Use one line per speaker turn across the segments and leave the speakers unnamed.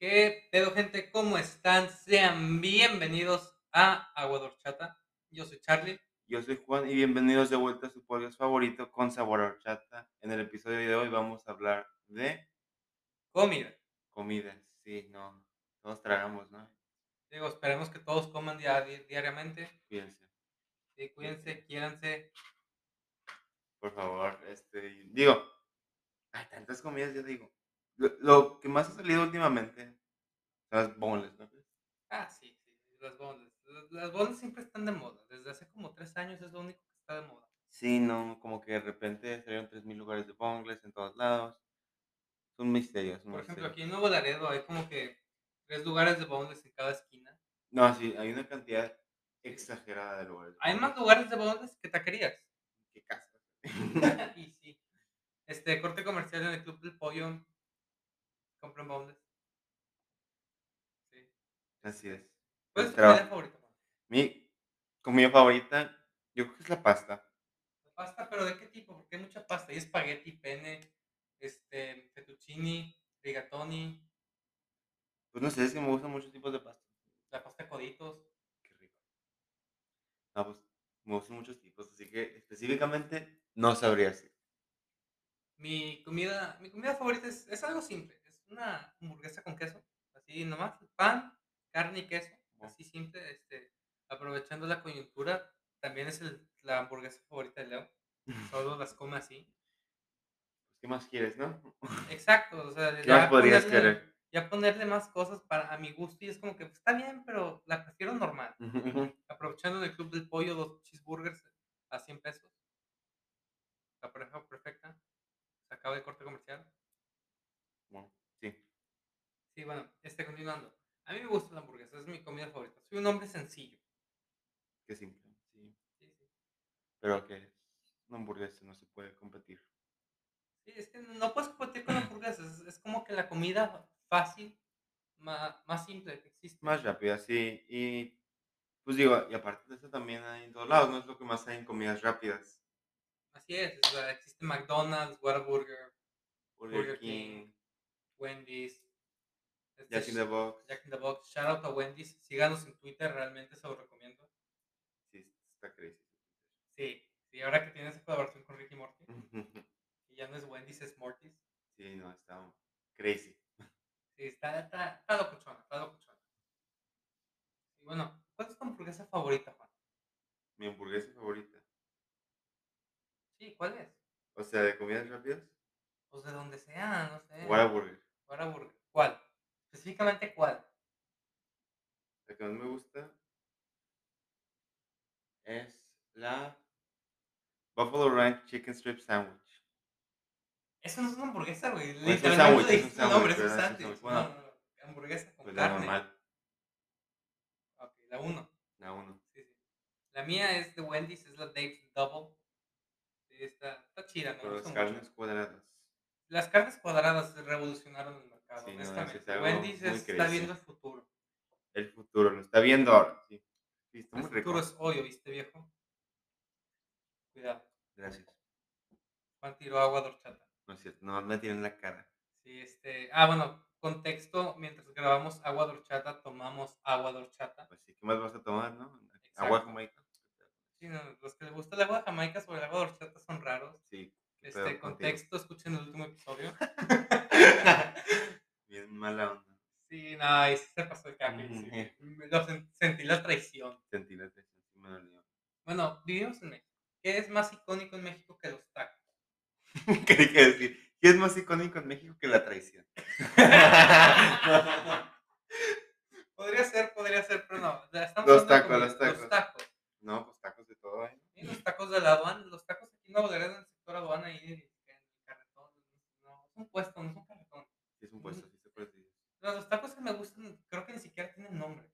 ¿Qué pedo, gente? ¿Cómo están? Sean bienvenidos a Agua de Horchata. Yo soy Charlie.
Yo soy Juan y bienvenidos de vuelta a su podcast favorito con sabor a horchata. En el episodio de hoy vamos a hablar de
Comida.
comida. Sí, no, todos tragamos, ¿no?
Digo, esperemos que todos coman dia- di- diariamente.
Cuídense,
Sí, cuídense, quiéranse.
por favor. Este, y digo, hay tantas comidas, yo digo. Lo, lo que más ha salido últimamente son las boneless, ¿no?
Ah, sí, sí, las bondes. Las bondes siempre están de moda. Desde hace como tres años es lo único que está de moda.
Sí, no, como que de repente salieron 3.000 lugares de boneless en todos lados. Es un misterio, es un
Por ejemplo,
misterio.
aquí en Nuevo Laredo hay como que tres lugares de bondes en cada esquina.
No, sí, hay una cantidad exagerada de lugares. de
Hay más
boneless
lugares de bondes que taquerías.
que casas.
y sí. Este corte comercial en el Club del Pollo. Compren bondes. Sí.
Así es.
¿Cuál es tu comida
El trabajo.
favorita? Juan?
Mi comida favorita, yo creo que es la pasta.
Pasta, pero ¿de qué tipo? Porque hay mucha pasta. Hay espagueti, pene, este, fettuccini, rigatoni,
Pues no sé, es que me gustan muchos tipos de pasta.
la pasta coditos.
Qué rico. No, pues me gustan muchos tipos, así que específicamente no sabría así.
Mi comida, mi comida favorita es, es algo simple. Es una hamburguesa con queso. Así nomás, pan, carne y queso.
Ujú.
Así simple, este, aprovechando la coyuntura. También es el- la hamburguesa favorita de Leo. Solo las come así.
Pues, ¿Qué más quieres, no?
Exacto, o sea,
¿Qué más
ya
podrías
ponerle-
querer?
Ya ponerle más cosas para, a mi gusto y es como que pues, está bien, pero la prefiero normal.
Ujú, ujú.
Aprovechando del Club del Pollo, dos cheeseburgers a 100 pesos. La pareja perfecta. Se acaba el corte comercial.
Bueno, sí.
Sí, bueno, este, continuando. A mí me gusta la hamburguesa, es mi comida favorita. Soy un hombre sencillo.
Qué simple. sí.
Sí, sí.
Pero que una hamburguesa no se puede competir.
Sí, es que no puedes competir con hamburguesas. Es, es como que la comida fácil, ma- más simple que existe.
Más rápida, sí. Y pues digo, y aparte de eso también hay en todos lados, ¿no? Es lo que más hay en comidas rápidas.
Así es, o sea, existe McDonald's, Whataburger,
Burger,
Burger
King,
King, Wendy's. este,
Jack in the Box.
Jack in the Box. Shout out a Wendy's. Síganos en Twitter, realmente se lo recomiendo.
Sí, está crazy.
Sí, sí, ahora que tiene esa colaboración con Ricky Morty, y ya no es Wendy's, es Morty's.
Sí, no, está crazy.
Sí, está, está, está locochona, está locochona. Y bueno, ¿cuál es tu hamburguesa favorita, Juan?
Mi hamburguesa favorita.
Sí, ¿cuál es?
O sea, de comidas rápidas.
Pues de donde sea, no sé.
Whataburger.
Whataburger. ¿Cuál? Específicamente, ¿cuál?
La que más me gusta es la Buffalo Ranch Chicken Strip Sandwich.
Eso no es una hamburguesa, güey.
un sándwich,
Literalmente le
Pues es un
dijiste el nombre,
sándwich,
es un sándwich. No,
¿verdad? Es un sándwich. Bueno,
no, no, hamburguesa con
Pues la
carne.
normal,
Ok, la uno.
la uno.
Sí, sí. La mía es de Wendy's, es la Dave's Double. Sí, está, está chida, me
Con las
gusta mucho.
carnes cuadradas.
Las carnes cuadradas revolucionaron el mercado,
Sí, no, eso es
honestamente.
algo
Wendy's
muy
es- está
crazy.
viendo el futuro.
El futuro lo está viendo ahora. Sí, sí está
El
muy rico.
futuro es hoy, ¿viste, viejo? Cuidado,
Gracias.
Juan tiró agua de horchata.
No es cierto, no me tienen la cara.
Sí, este... Ah, bueno, contexto, mientras grabamos agua de horchata, tomamos agua de horchata.
Pues sí, ¿qué más vas a tomar, no? Agua
Ah. Exacto.
jamaica.
Sí, no, los que les gusta el agua de Jamaica sobre el agua de horchata son raros.
Sí. qué
Este,
pedo contigo.
contexto, escuchen el último episodio.
Bien mala onda.
sí, no, ahí sí se pasó el cambio. sentí la traición.
Sentí la tensión, sí me dolió.
Bueno, vivimos en México. ¿Qué es más icónico en México que los tacos?
Creí que decir, ¿qué es más icónico en México que la traición?
Podría ser, podría ser, pero no. ya estamos
Los
hablando de
tacos,
comida.
los tacos.
Los tacos.
no, pues tacos de todo, ¿eh?
Y los tacos de la aduana. Los tacos aquí no volverán en el sector aduana y en el carretón. No, es un puesto, no es un carretón.
Sí, es un puesto, sí, se puede decir.
No, los tacos que me gustan, creo que ni siquiera tienen nombre.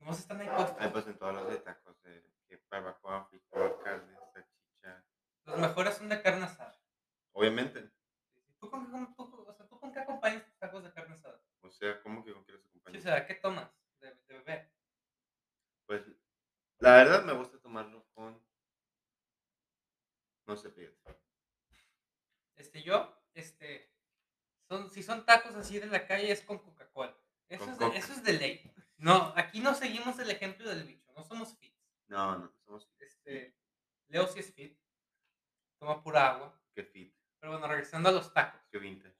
Nomás están ahí
Hay
puestos.
pues en todos los de tacos, de, de barbacoa, frijol, carne, salchicha.
Los mejores son de carne asada.
Obviamente,
¿Tú con, qué com- tú con- o sea, ¿tú con qué acompañas tus tacos de carne asada?
o sea, ¿cómo que con qué los
Sí, o
acompañas?
sea, ¿qué tomas de, de beber?
Pues, la verdad me gusta tomarlo con... No sé, fíjate.
Este, yo, este, son, si son tacos así de la calle es con Coca-Cola. Eso,
Con
es de,
coca.
eso es de ley. No, aquí no seguimos el ejemplo del bicho. No somos fit.
No, no, somos
Este, Leo sí es fit. Toma pura agua.
que fit,
Pero bueno, regresando a los tacos.
que vintage.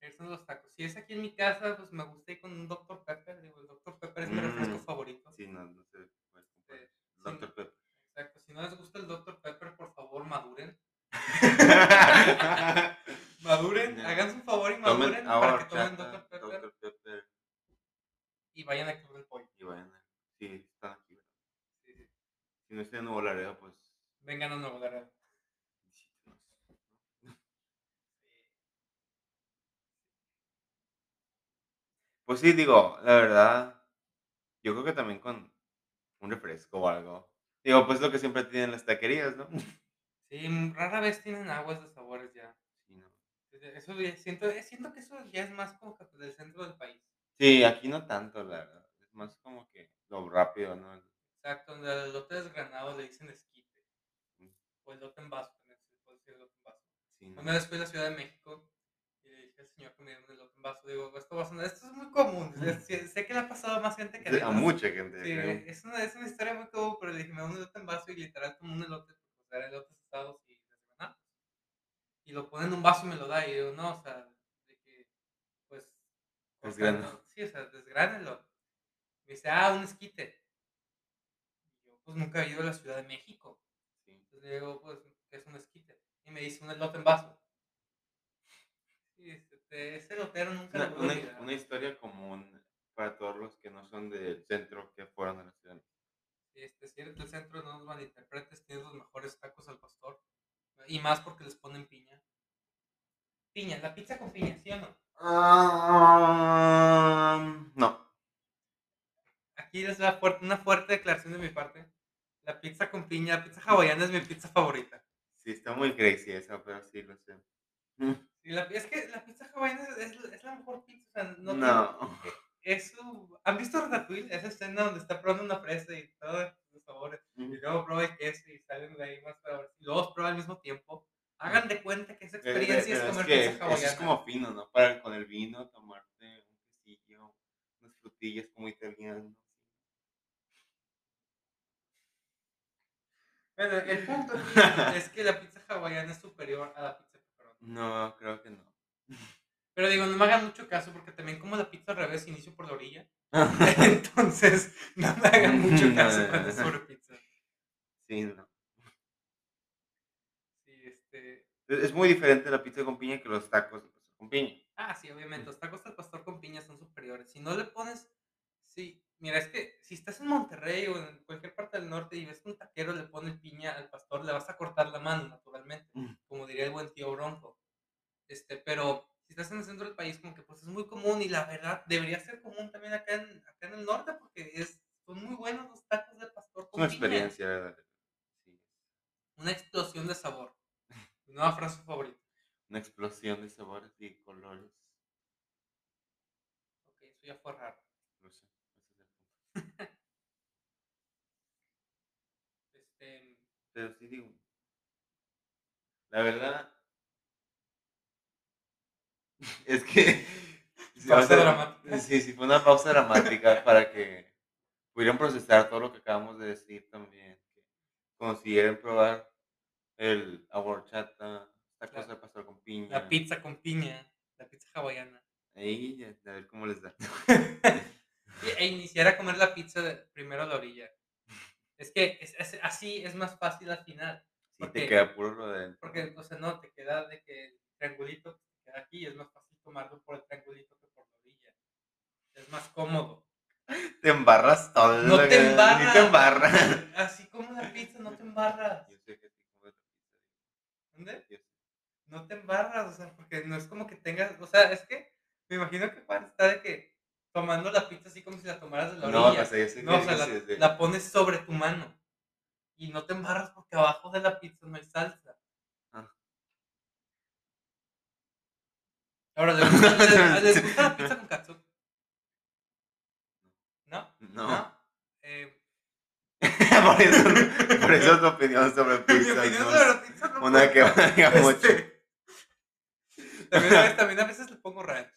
Regresando a los tacos. Si es aquí en mi casa, pues me gusté con un Dr. Pepper. Digo, el Dr. Pepper es mi refresco
Mm.
favorito.
Sí, no, no sé. pues, compadre.
sí.
Dr. Pepper.
Exacto. pues, Si no les gusta el Dr. Pepper, por favor, maduren. Maduren,
Ya.
hagan su favor y maduren
tomen
para
ahora
que tomen Dr. Pepper
Dr. Pepper
y vayan a Club del Pollo.
y vayan. a- Sí, están aquí. ¿verdad?
Sí, sí.
Si no estoy en Nuevo Laredo, pues.
Vengan a Nuevo Laredo.
Pues sí, digo, la verdad, yo creo que también con un refresco o algo. Digo, pues lo que siempre tienen las taquerías, ¿no?
Sí, mm, rara vez tienen aguas de sabores ya.
Sí, no.
Eso ya siento, eh, siento que eso ya es más como que del centro del país.
Sí, aquí no tanto, la verdad. Es más como que lo rápido, ¿no?
Exacto, donde al elote desgranado le dicen esquite.
Mm.
O elote en vaso, también se le puede decir elote en vaso.
Sí, no.
Una vez fui a la Ciudad de México y le dije al señor que me diera un elote en vaso. Digo, esto va a sonar, esto es muy común.
Mm.
Sé, sé que le ha pasado a más gente que
Sí, A
demás.
mucha gente.
Sí,
creo.
güey, es una, es una historia muy común, pero le dije, me da un elote en vaso y literal como un elote, porque eran elotes asados y desgranados. Y lo pone en un vaso y me lo da, y yo, no, o sea, de que, pues... o sea,
Desgrana.
no, Sí, o sea, desgránelo. Me dice, ah, un esquite. Y yo, pues nunca he ido a la Ciudad de México.
Sí.
Entonces le digo, pues, ¿qué es un esquite? Y me dice, un elote en vaso. Y este, ese elotero nunca
Una,
lo voy a
una-
olvidar.
una historia común para todos los que no son del centro que fueron a la ciudad.
Este, si eres del centro, no nos malinterpretes, tienes los mejores tacos al pastor. Y más porque les ponen piña. Piña, la pizza con piña, ¿sí o no?
Ah, no.
Aquí les da fuerte, una fuerte declaración de mi parte. La pizza con piña, la pizza hawaiana es mi pizza favorita.
Sí, está muy crazy esa, pero sí lo sé.
Y la- es que la pizza hawaiana es, es la- es la mejor pizza. o sea, no
No.
tiene- es su- ¿Han visto Ratatouille? Esa escena donde está probando una fresa y todos los sabores. y luego prueba el queso y salen de ahí más sabores. Y luego prueba al mismo tiempo. Hagan de cuenta que esa
Eh, eh,
experiencia es
pero
comer
que
pizza
eso
hawaiana.
es como fino, ¿no? Para con el vino, tomarte un quesillo, unas frutillas como italiano.
Bueno, el punto aquí es que la pizza hawaiana es superior a la pizza pepperoni.
No, creo que no.
Pero digo, no me hagan mucho caso porque también como la pizza al revés inicio por la orilla. Entonces, no me hagan mucho
No,
caso
no, no,
cuando
no.
sobre pizza.
sí, no.
Sí, este...
Es es muy diferente la pizza con piña que los tacos de pastor con piña.
Ah, sí, obviamente, los tacos al pastor con piña son superiores. Si no le pones... Sí, mira, es que si estás en Monterrey o en cualquier parte del norte y ves que un taquero le pone piña al pastor, le vas a cortar la mano, naturalmente.
Mm.
como diría el buen tío Bronco. Este, pero si estás en el centro del país, como que pues es muy común y la verdad debería ser común también acá en, acá en el norte porque es, son muy buenos los tacos de pastor
Es
con
una
piña.
experiencia, ¿verdad? Sí.
Una explosión de sabor. Mi Nueva frase favorita.
Una explosión de sabores y colores.
Ok, eso ya fue raro.
No sé, ese es el punto.
Este,
Pero sí digo. La verdad. Es que. sí,
Pausa
o sea,
dramática.
Sí, sí, fue una pausa dramática para que pudieran procesar todo lo que acabamos de decir también. Que consiguieran probar el aguachata, esta
Claro.
cosa de pastor con piña.
la pizza con piña, la pizza hawaiana.
Ahí, ya, a ver cómo les da.
Y- E iniciar a comer la pizza de- primero a la orilla. Es que es- es- así es más fácil al final.
Si
¿Por
te
qué?
queda puro lo de.
Porque, o sea, no, te queda de que el triangulito que te queda aquí y es más fácil tomarlo por el triangulito que por la orilla. Es más cómodo.
Te embarras todo.
No
la-
te
Ni
embarras.
te embarras.
Así como la pizza, no te embarras.
Yo sé que sí, como la
¿Dónde?
pizza.
No te embarras, o sea, porque no es como que tengas, o sea, es que me imagino que Juan está de que tomando la pizza así como si la tomaras de la
No,
orilla.
no sé, yo sé
No, o
que
sea, la,
dices de-
la pones sobre tu mano y no te embarras porque abajo de la pizza no hay salsa.
Ah.
Ahora, ¿les gusta, les- les gusta la pizza con katsup? ¿No?
No.
Eh,
por, eso, por eso tu opinión sobre
pues, mi
pizza.
opinión
no
sobre Este.
es
la pizza no
Una que
cuenta.
valga mucho.
Este, También, a veces, también a veces le pongo ranch.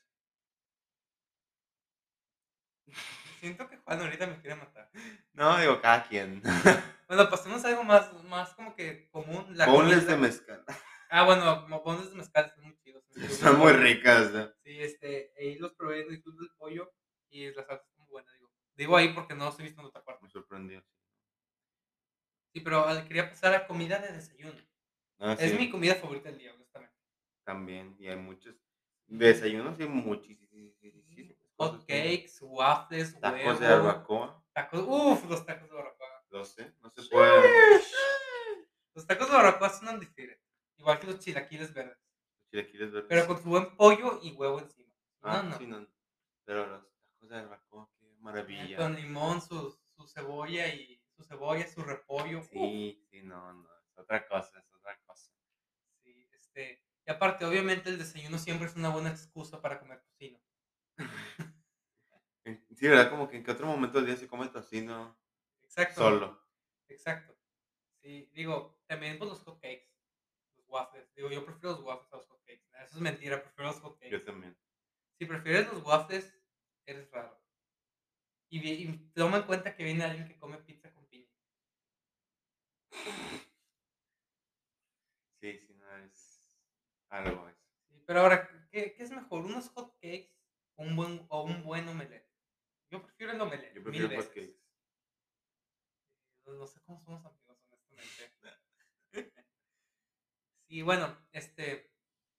Siento que Juan ahorita me quiere matar.
No, digo, cada quien.
Bueno, pasemos a algo más, más como que común. La
Boneless
comida.
de mezcal.
Ah, bueno, mo- boneless de mezcal están muy chidos. se me
Están
ocurrió.
muy ricas. ¿eh? ¿no?
Sí, este, ahí los probé en el club del pollo y la salsa es muy buena, digo. Digo ahí porque no los he visto en otra parte.
Me sorprendió.
Sí, pero ah, quería pasar a comida de desayuno.
No,
Es
sí,
mi comida favorita del día, honestamente.
También. Y hay muchos. De desayunos hay muchísimos.
Hot cakes, waffles,
Tacos de
huevo,
barbacoa.
Tacos, uff, los tacos de barbacoa.
Lo sé. No se puede.
Los tacos de barbacoa son diferentes. Igual que los chilaquiles verdes.
Chilaquiles verdes.
Pero con su buen pollo y huevo encima.
Pues Ah,
no, no. Eh,
sí, no. Pero los tacos de barbacoa, qué maravilla.
Con limón, su, su cebolla y su cebolla, su repollo. uf,
Sí, sí, no, no. Es otra cosa, es otra cosa.
sí, este. Y aparte, obviamente, el desayuno siempre es una buena excusa para comer tocino.
En- Sí, ¿verdad? Como que en qué otro momento del día se come tocino
Exacto.
solo.
Exacto. Sí, digo, también pues, los hotcakes. Los waffles. Digo, yo prefiero los waffles a los hotcakes. Nah, Eso es mentira, prefiero los hotcakes.
Yo también.
Si prefieres los waffles, eres raro. Y, vi- y toma en cuenta que viene alguien que come pizza con piña.
Sí, sí, no es algo eso.
Sí, Pero ahora, ¿qué, qué es mejor? ¿Unos hot cakes o un buen, o un buen omelette? Yo prefiero el omelette.
Yo
mil
prefiero
veces.
hotcakes.
No no sé cómo somos amigos, honestamente. Sí, bueno, este.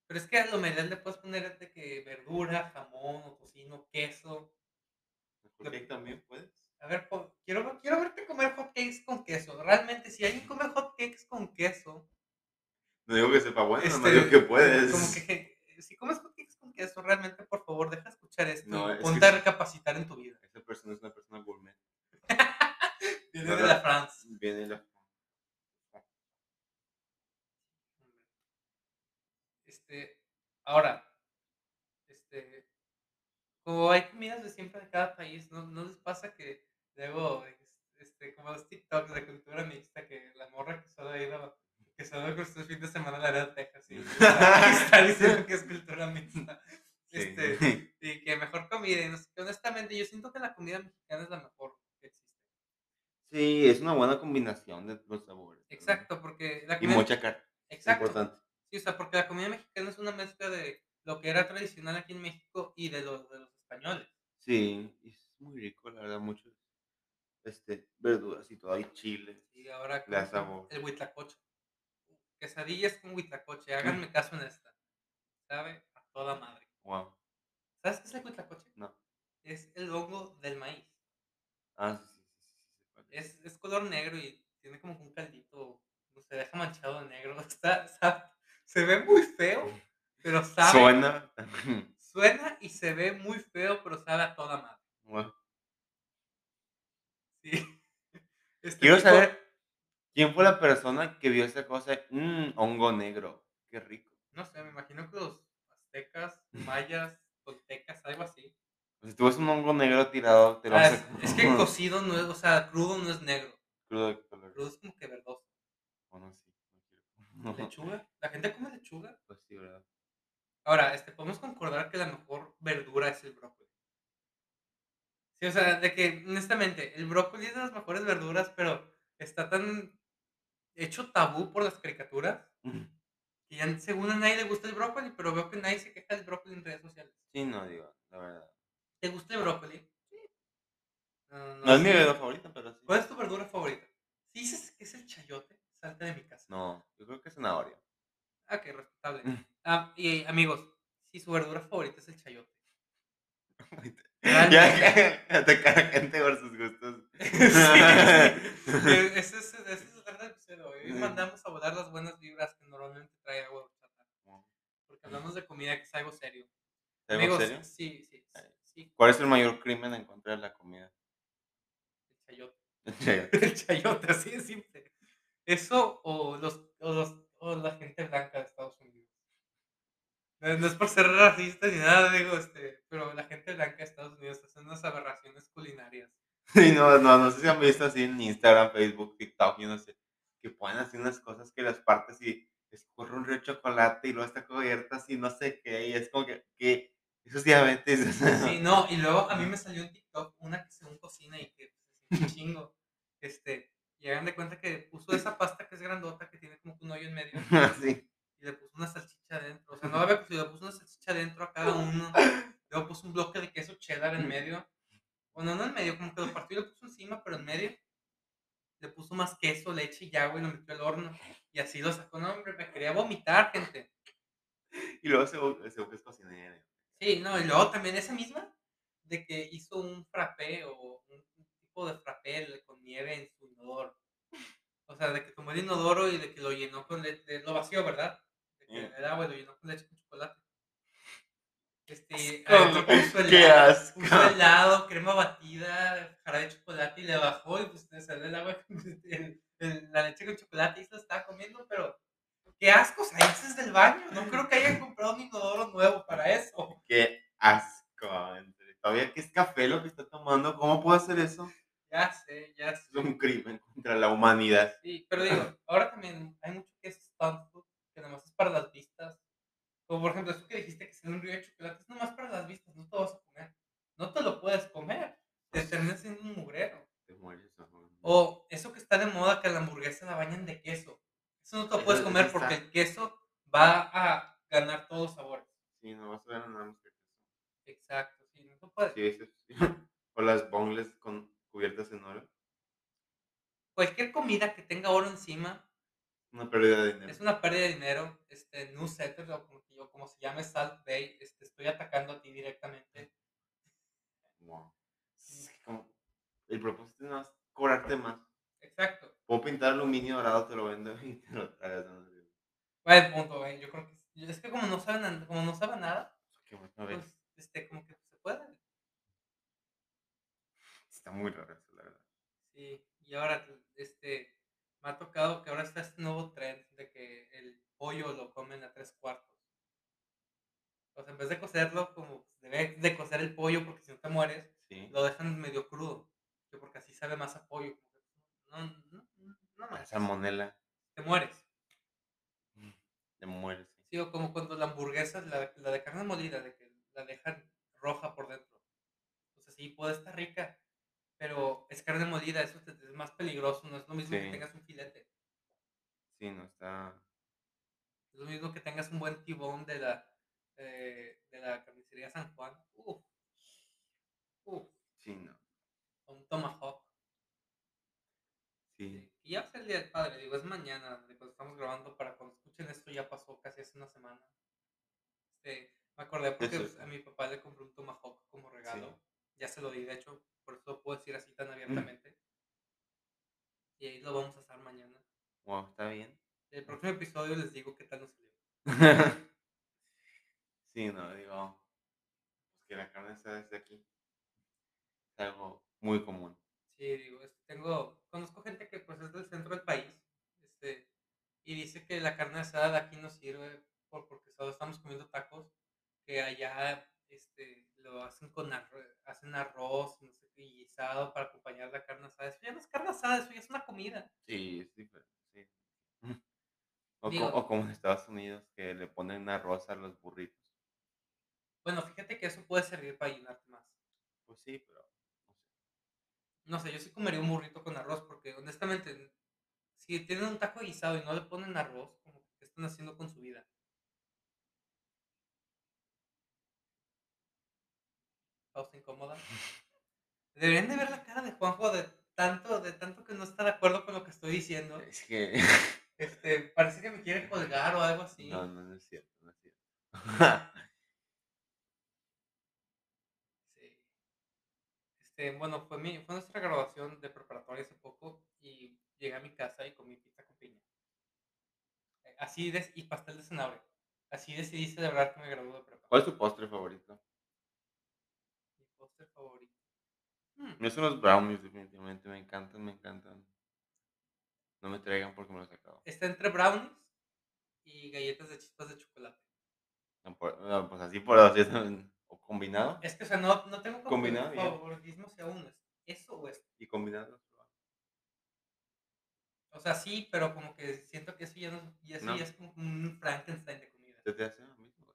Pero es que al omelette le puedes poner de que verdura, jamón, o tocino, queso.
Hotcake también puedes.
A ver, pon- quiero, ver- quiero verte comer hot cakes con queso. Realmente, si alguien come hot cakes con queso,
No digo que sepa bueno, no
Este,
digo que puedes.
Como que eh, si comes hotcakes con queso, realmente, por favor, deja escuchar esto.
No,
y
es que
ponte a
sí.
recapacitar en tu vida.
Esa persona es una persona gourmet.
Viene
No,
de
no.
la France.
Viene la...
Este, ahora, este, como hay comidas de siempre de cada país, ¿no, no les pasa que luego, este, como los TikToks de cultura mixta, que la morra que solo ha ido, que solo cruzó el fin de semana a la era de Texas y está diciendo que es cultura mixta?
Sí.
Este, y que mejor comida. y no sé qué. honestamente, yo siento que la comida mexicana es la mejor que existe.
Sí, es una buena combinación de los sabores. ¿no?
Exacto, porque la
Y
comida.
mucha carne.
exacto.
Importante.
Sí, o sea, porque la comida mexicana es una mezcla de lo que era tradicional aquí en México y de los, de los españoles.
Sí, y es muy rico, la verdad, mucho. Este, verduras y todo, hay chile.
Y ahora
Le da
¿cómo se llama?
sabor.
el huitlacoche. Quesadillas con huitlacoche. Háganme caso en esta. ¿Sabe? A toda madre.
Wow.
¿Sabes qué es el huitlacoche?
No.
Es el hongo del maíz.
Ah, sí, sí, sí, sí, sí, sí.
Es, es color negro y tiene como que un caldito. No se deja manchado de negro. Está, está- se ve muy feo, pero sabe.
Suena.
Suena y se ve muy feo, pero sabe a toda madre.
Guau.
Sí. Este
Quiero
tipo-
saber quién fue la persona que vio esa cosa. Mmm, hongo negro. Qué rico.
No sé, me imagino que los aztecas, mayas, toltecas, algo así.
Si tú ves un hongo negro tirado, te lo
Ah,
vas
es,
a
es que cocido no es, o sea, crudo no es negro.
Crudo de color.
Crudo es como que verdoso.
Bueno, sí, no quiero.
Lechuga. La gente come lechuga.
Pues sí, ¿verdad?
Ahora, este, podemos concordar que la mejor verdura es el brócoli. Sí, o sea, de que, honestamente, el brócoli es de las mejores verduras, pero está tan hecho tabú por las caricaturas que ya según a nadie le gusta el brócoli, pero veo que nadie se queja del brócoli en redes sociales.
Sí, no, digo, la verdad.
¿Te gusta el brócoli? No,
No es mi
sí.
verdura favorita, pero sí.
¿Cuál es tu verdura favorita? Si dices que es el chayote, salte de mi casa.
No, yo creo que es zanahoria.
Ah, qué respetable.
Mm.
Ah, y amigos, si su verdura favorita es el chayote. Ah,
Ya,
Realmente.
atacar a gente por sus gustos.
Sí, sí. Eh, Ese es, ese es el tercer episodio. Hoy
Mm.
mandamos a volar las buenas vibras que normalmente trae agua de horchata,
Wow.
Porque hablamos de comida que es algo serio.
¿En
amigos,
serio?
Sí, sí, sí, sí,
¿Cuál es el mayor crimen en contra de la comida?
el chayote.
El chayote.
El chayote, así de simple. Eso o, los, o, los, o la gente blanca de Estados Unidos. No, no es por ser racista ni nada, digo, este, pero la gente blanca de Estados Unidos hace unas aberraciones culinarias.
Sí, no, no, no sé si han visto así en Instagram, Facebook, TikTok, yo no sé, que pueden hacer unas cosas que las partes y escurre un río de chocolate y luego está cubierta así, no sé qué, y es como que, ¿qué Eso es diabetes.
Sí, no, y luego a mí me salió en TikTok una que según cocina y que se un chingo. Este, y hagan de cuenta que puso esa pasta que es grandota, que tiene como que un hoyo en medio,
sí.
y le puso una salchicha adentro. O sea, no había cocido, le puso una salchicha adentro a cada uno. Luego puso un bloque de queso cheddar en medio. Bueno, no en medio, como que lo partió y lo puso encima, pero en medio. Le puso más queso, leche y agua y lo metió al horno. Y así lo sacó. No, hombre, me quería vomitar, gente.
Y luego se, se busca es cocinera.
Sí, no, y luego también esa misma de que hizo un frappé o un un tipo de frappé le- con nieve en su inodoro. O sea, de que tomó el inodoro y de que lo llenó con leche, lo vació, ¿verdad? De que
Mm.
el agua lo llenó con leche con chocolate. Este,
Asco,
adentro puso
güey,
helado,
qué asco.
puso helado, crema batida, jarabe de chocolate y le bajó y pues le salió el agua, con- el- el- la leche con chocolate y se la estaba comiendo, pero qué asco, saliste del baño. No creo que hayan comprado un inodoro nuevo para eso.
Qué asco. entre- Todavía que es café lo que está tomando. ¿Cómo puede hacer eso?
Ya sé, ya sé.
Es un crimen contra la humanidad.
Sí, pero digo, ahora también hay mucho que es spam food, que nomás es para las vistas. Como por ejemplo, eso que dijiste que es un río de chocolate, es nomás para las vistas, no te lo vas a comer. No te lo puedes comer, te terminas siendo un mugrero.
Te mueres, ajá.
O eso que está de moda, que la hamburguesa la bañan de queso. Eso no te lo
Eso-
puedes
eso
comer
está-
porque el queso va a ganar todos los sabores.
Sí, no vas a ver nada más que eso.
Exacto, sí, no te puedes.
Sí, eso sí. O las bongles con cubiertas en oro.
Cualquier comida que tenga oro encima
Una pérdida de dinero.
Es una pérdida de dinero. Este, New Setter, o como, o como se llame Salt Bay, este, estoy atacando a ti directamente.
Wow. Es que como- El propósito no es cobrarte más.
Exacto.
Puedo pintar aluminio dorado, te lo vendo y te lo tragas. ¿no?
Vale, punto, güey. Yo creo que es que como no saben, an- como no saben nada,
Qué bueno, güey.
pues, este, como que se puede.
Está muy raro eso, la verdad.
Sí. Y ahora, este, me ha tocado que ahora está este nuevo tren de que el pollo lo comen a tres cuartos. O sea, en vez de cocerlo, como pues, debe de cocer el pollo porque si no te mueres,
Sí.
lo dejan medio crudo. Que porque así sabe más a pollo. No, no, no, no
La
manches.
salmonela.
te mueres.
Te mueres.
Sí, o como cuando la hamburguesa, la, la de carne molida, de que la dejan roja por dentro. O sea, sí, puede estar rica, pero es carne molida, eso te- es más peligroso, no es lo mismo que
Sí.
tengas un filete,
Sí, no está.
es lo mismo que tengas un buen tibón de la, eh, de la carnicería San Juan, uff, uff,
Sí, no.
un tomahawk.
Sí.
Sí, Y ya fue el día del padre, digo, es mañana, de cuando estamos grabando para cuando escuchen esto ya pasó casi hace una semana. Este, me acordé porque
Eso
pues, a mi papá le compré un tomahawk como regalo. Ya se lo di, de hecho, por eso lo puedo decir así tan abiertamente. Y ahí lo vamos a hacer mañana.
Wow, está bien.
El próximo episodio les digo qué tal nos salió.
sí, no, digo. Pues que la carne sea desde aquí. Es algo muy común.
Sí, digo, es- tengo, conozco gente que pues es del centro del país, este, y dice que la carne asada de aquí no sirve por, porque solo estamos comiendo tacos, que allá, este, lo hacen con arroz, hacen arroz, no sé, y guisado para acompañar la carne asada. Eso ya no es carne asada, eso ya es una comida.
Sí, es diferente. Sí. O, co-
Digo-
o como en Estados Unidos, que le ponen arroz a los burritos.
Bueno, fíjate que eso puede servir para llenarte más.
Pues sí, pero.
No sé, yo sí comería un burrito con arroz, porque honestamente, si tienen un taco guisado y no le ponen arroz, como que ¿qué están haciendo con su vida. Pausa incómoda. Deberían de ver la cara de Juanjo de tanto, de tanto que no está de acuerdo con lo que estoy diciendo.
Es que.
Este, parece que me quiere colgar o algo así.
No, no, no es cierto, no es cierto.
Sí. Este, bueno, fue, mi, fue nuestra graduación de preparatoria hace poco y llegué a mi casa y comí pizza con piña. Eh, Así de, y pastel de zanahoria. Así decidí celebrar que me gradué de prepa.
¿Cuál es tu postre favorito?
Mi postre favorito. Hmm,
Me son los brownies, definitivamente. Me encantan, me encantan. No me traigan porque me los acabo.
Está entre brownies y galletas de chispas de chocolate.
No, por- no, pues así por así es- o combinado
Es que, o sea, no, no tengo como que
Combinado bien.
favoritismo hacia uno. Es eso o esto.
y combinado.
O sea, sí, pero como que siento que eso ya, no, y eso
No.
ya es como un Frankenstein de comida.
¿Se te hace lo mismo?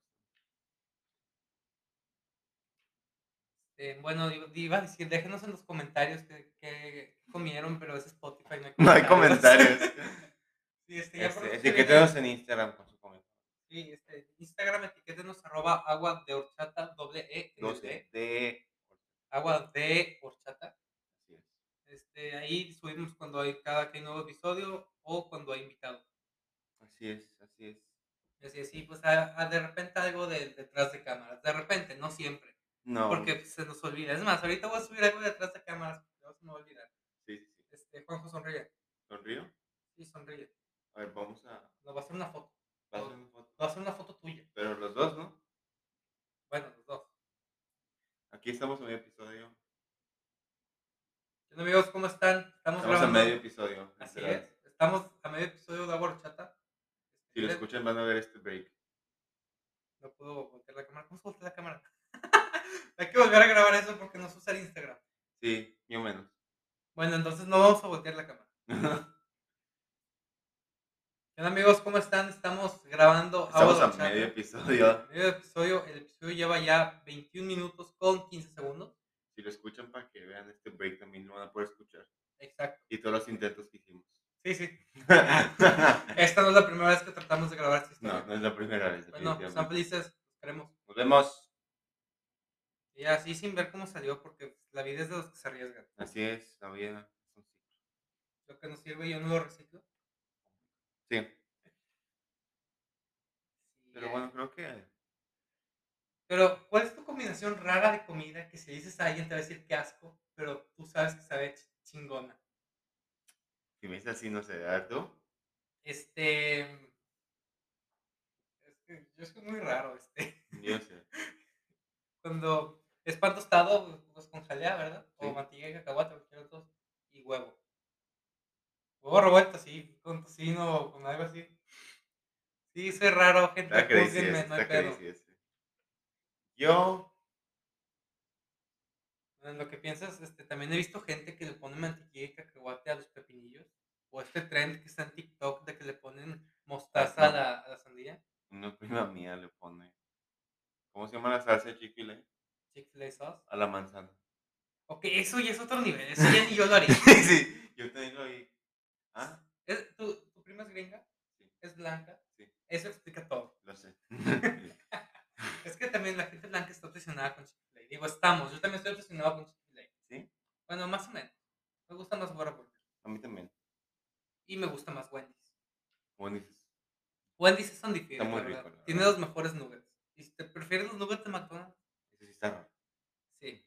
Este, bueno, i- iba a decir, déjenos en los comentarios qué, qué comieron, pero es Spotify.
No hay comentarios.
sí, este, ya
Este,
aprovechen
etiquétenos en Instagram con su comentario.
Sí, este, Instagram etiquétenos arroba agua de horchata, doble E, N
No
D,
sé, de...
agua de horchata.
así es.
Este, ahí subimos cuando hay cada que hay nuevo episodio o cuando hay invitado.
Así es, así es.
Y así, así, pues a- a de repente algo de- detrás de cámaras. De repente, no siempre.
No.
Porque pues, se nos olvida. Es más, ahorita voy a subir algo detrás de cámaras. No se me va a olvidar.
Sí, sí, sí.
Este, Juanjo sonríe.
¿Sonrío?
Sí, sonríe.
A ver, vamos a...
Nos va a hacer una foto.
vas a hacer una foto.
Nos va a hacer una foto tuya.
Pero los dos, ¿no?
Bueno, los dos.
Aquí estamos en un episodio.
¿Qué onda, amigos? ¿Cómo están? Estamos,
Estamos a
grabando.
medio episodio.
Así
literal.
es. Estamos a medio episodio de Agua Horchata.
Si lo
Les-
escuchan van a ver este break.
No puedo voltear la cámara. ¿Cómo se voltea la cámara? Hay que volver a grabar eso porque no se usa el Instagram.
Sí, ni o menos.
Bueno, entonces no vamos a voltear la cámara. ¿Qué onda, amigos? ¿Cómo están? Estamos grabando
Estamos
Agua
a
Horchata.
medio episodio.
Medio episodio. El episodio lleva ya 21 minutos con 15 segundos.
Si lo escuchan para que vean este break también lo van a poder escuchar.
Exacto.
Y todos los intentos que hicimos.
Sí, sí. Esta no es la primera vez que tratamos de grabar este esta historia.
no, no es la primera vez.
bueno,
definitivamente.
están pues, felices. Los queremos.
Nos vemos.
Y así sin ver cómo salió porque la vida es de los que se arriesgan.
Así es, la vida. es un ciclo.
Lo que nos sirve yo no lo reciclo.
Sí,
Y,
pero
eh,
bueno, creo que
Pero, ¿cuál es tu combinación rara de comida que si dices a alguien te va a decir qué asco, pero tú sabes que sabe ch- chingona?
si me dices así, no sé, ¿verdad tú?
Este. Es que yo soy muy raro, este.
Yo sé.
Cuando es pan tostado, pues con jalea, ¿verdad? O
Sí.
mantequilla y cacahuate, cualquiera de los dos, Y huevo. Huevo revuelto, sí, con tocino o con algo así. Sí, soy raro, gente.
Está crazy,
júzguenme,
ese,
no hay
está
pedo.
crazy. ese. Yo,
En lo que piensas, este, también he visto gente que le pone mantequilla y cacahuate a los pepinillos. O este trend que está en TikTok de que le ponen mostaza a
no.
la, a la sandía.
una prima mía le pone. ¿Cómo se llama la salsa de chiquile?
Chick-fil-A sauce.
A la manzana.
Ok, eso ya es otro nivel. Eso ya ni yo lo haría.
sí, yo también lo vi. Ah,
Es- tu, tu prima es gringa?
Sí.
¿Es blanca?
Sí.
Eso explica todo.
lo sé.
Es que también la gente blanca está obsesionada con Chick-fil-A. Digo, estamos. Yo también estoy obsesionado con Chick-fil-A.
¿Sí?
Bueno, más o menos. Me gusta más Whataburger.
A mí también.
Y me gusta más Wendy's.
¿Cómo dices?
Wendy's es undefeated,
muy
la
rico,
verdad.
la
Tiene
verdad.
los mejores nuggets. Y si te prefieres los nuggets de McDonald's,
Eso sí está raro.
Sí.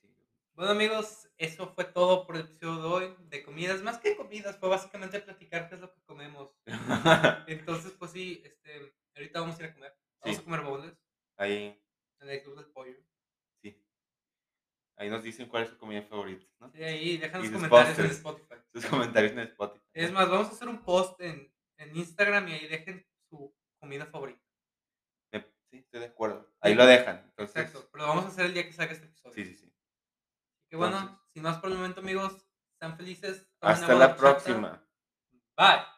Sí.
Bueno amigos, eso fue todo por el episodio de hoy de comidas. Más que comidas, fue básicamente platicar qué es lo que comemos. Entonces, pues sí, este, ahorita vamos a ir a comer. Vamos
Sí.
a comer bowls
ahí,
en el Club del Pollo.
sí. Ahí nos dicen cuál es su comida favorita, ¿no?
Sí, ahí dejan
Y
los
sus
comentarios en
posters.
Spotify.
Sus comentarios en Spotify.
Es más, vamos a hacer un post en, en Instagram y ahí dejen su comida favorita.
Me- Sí, estoy de acuerdo. Ahí lo dejan. Entonces,
Exacto. Pero lo vamos a hacer el día que salga este episodio.
Sí, sí, sí.
Que bueno,
Entonces-
sin más por el momento amigos, sean felices. tomen
Hasta
agua
la
de horchata.
próxima.
Bye.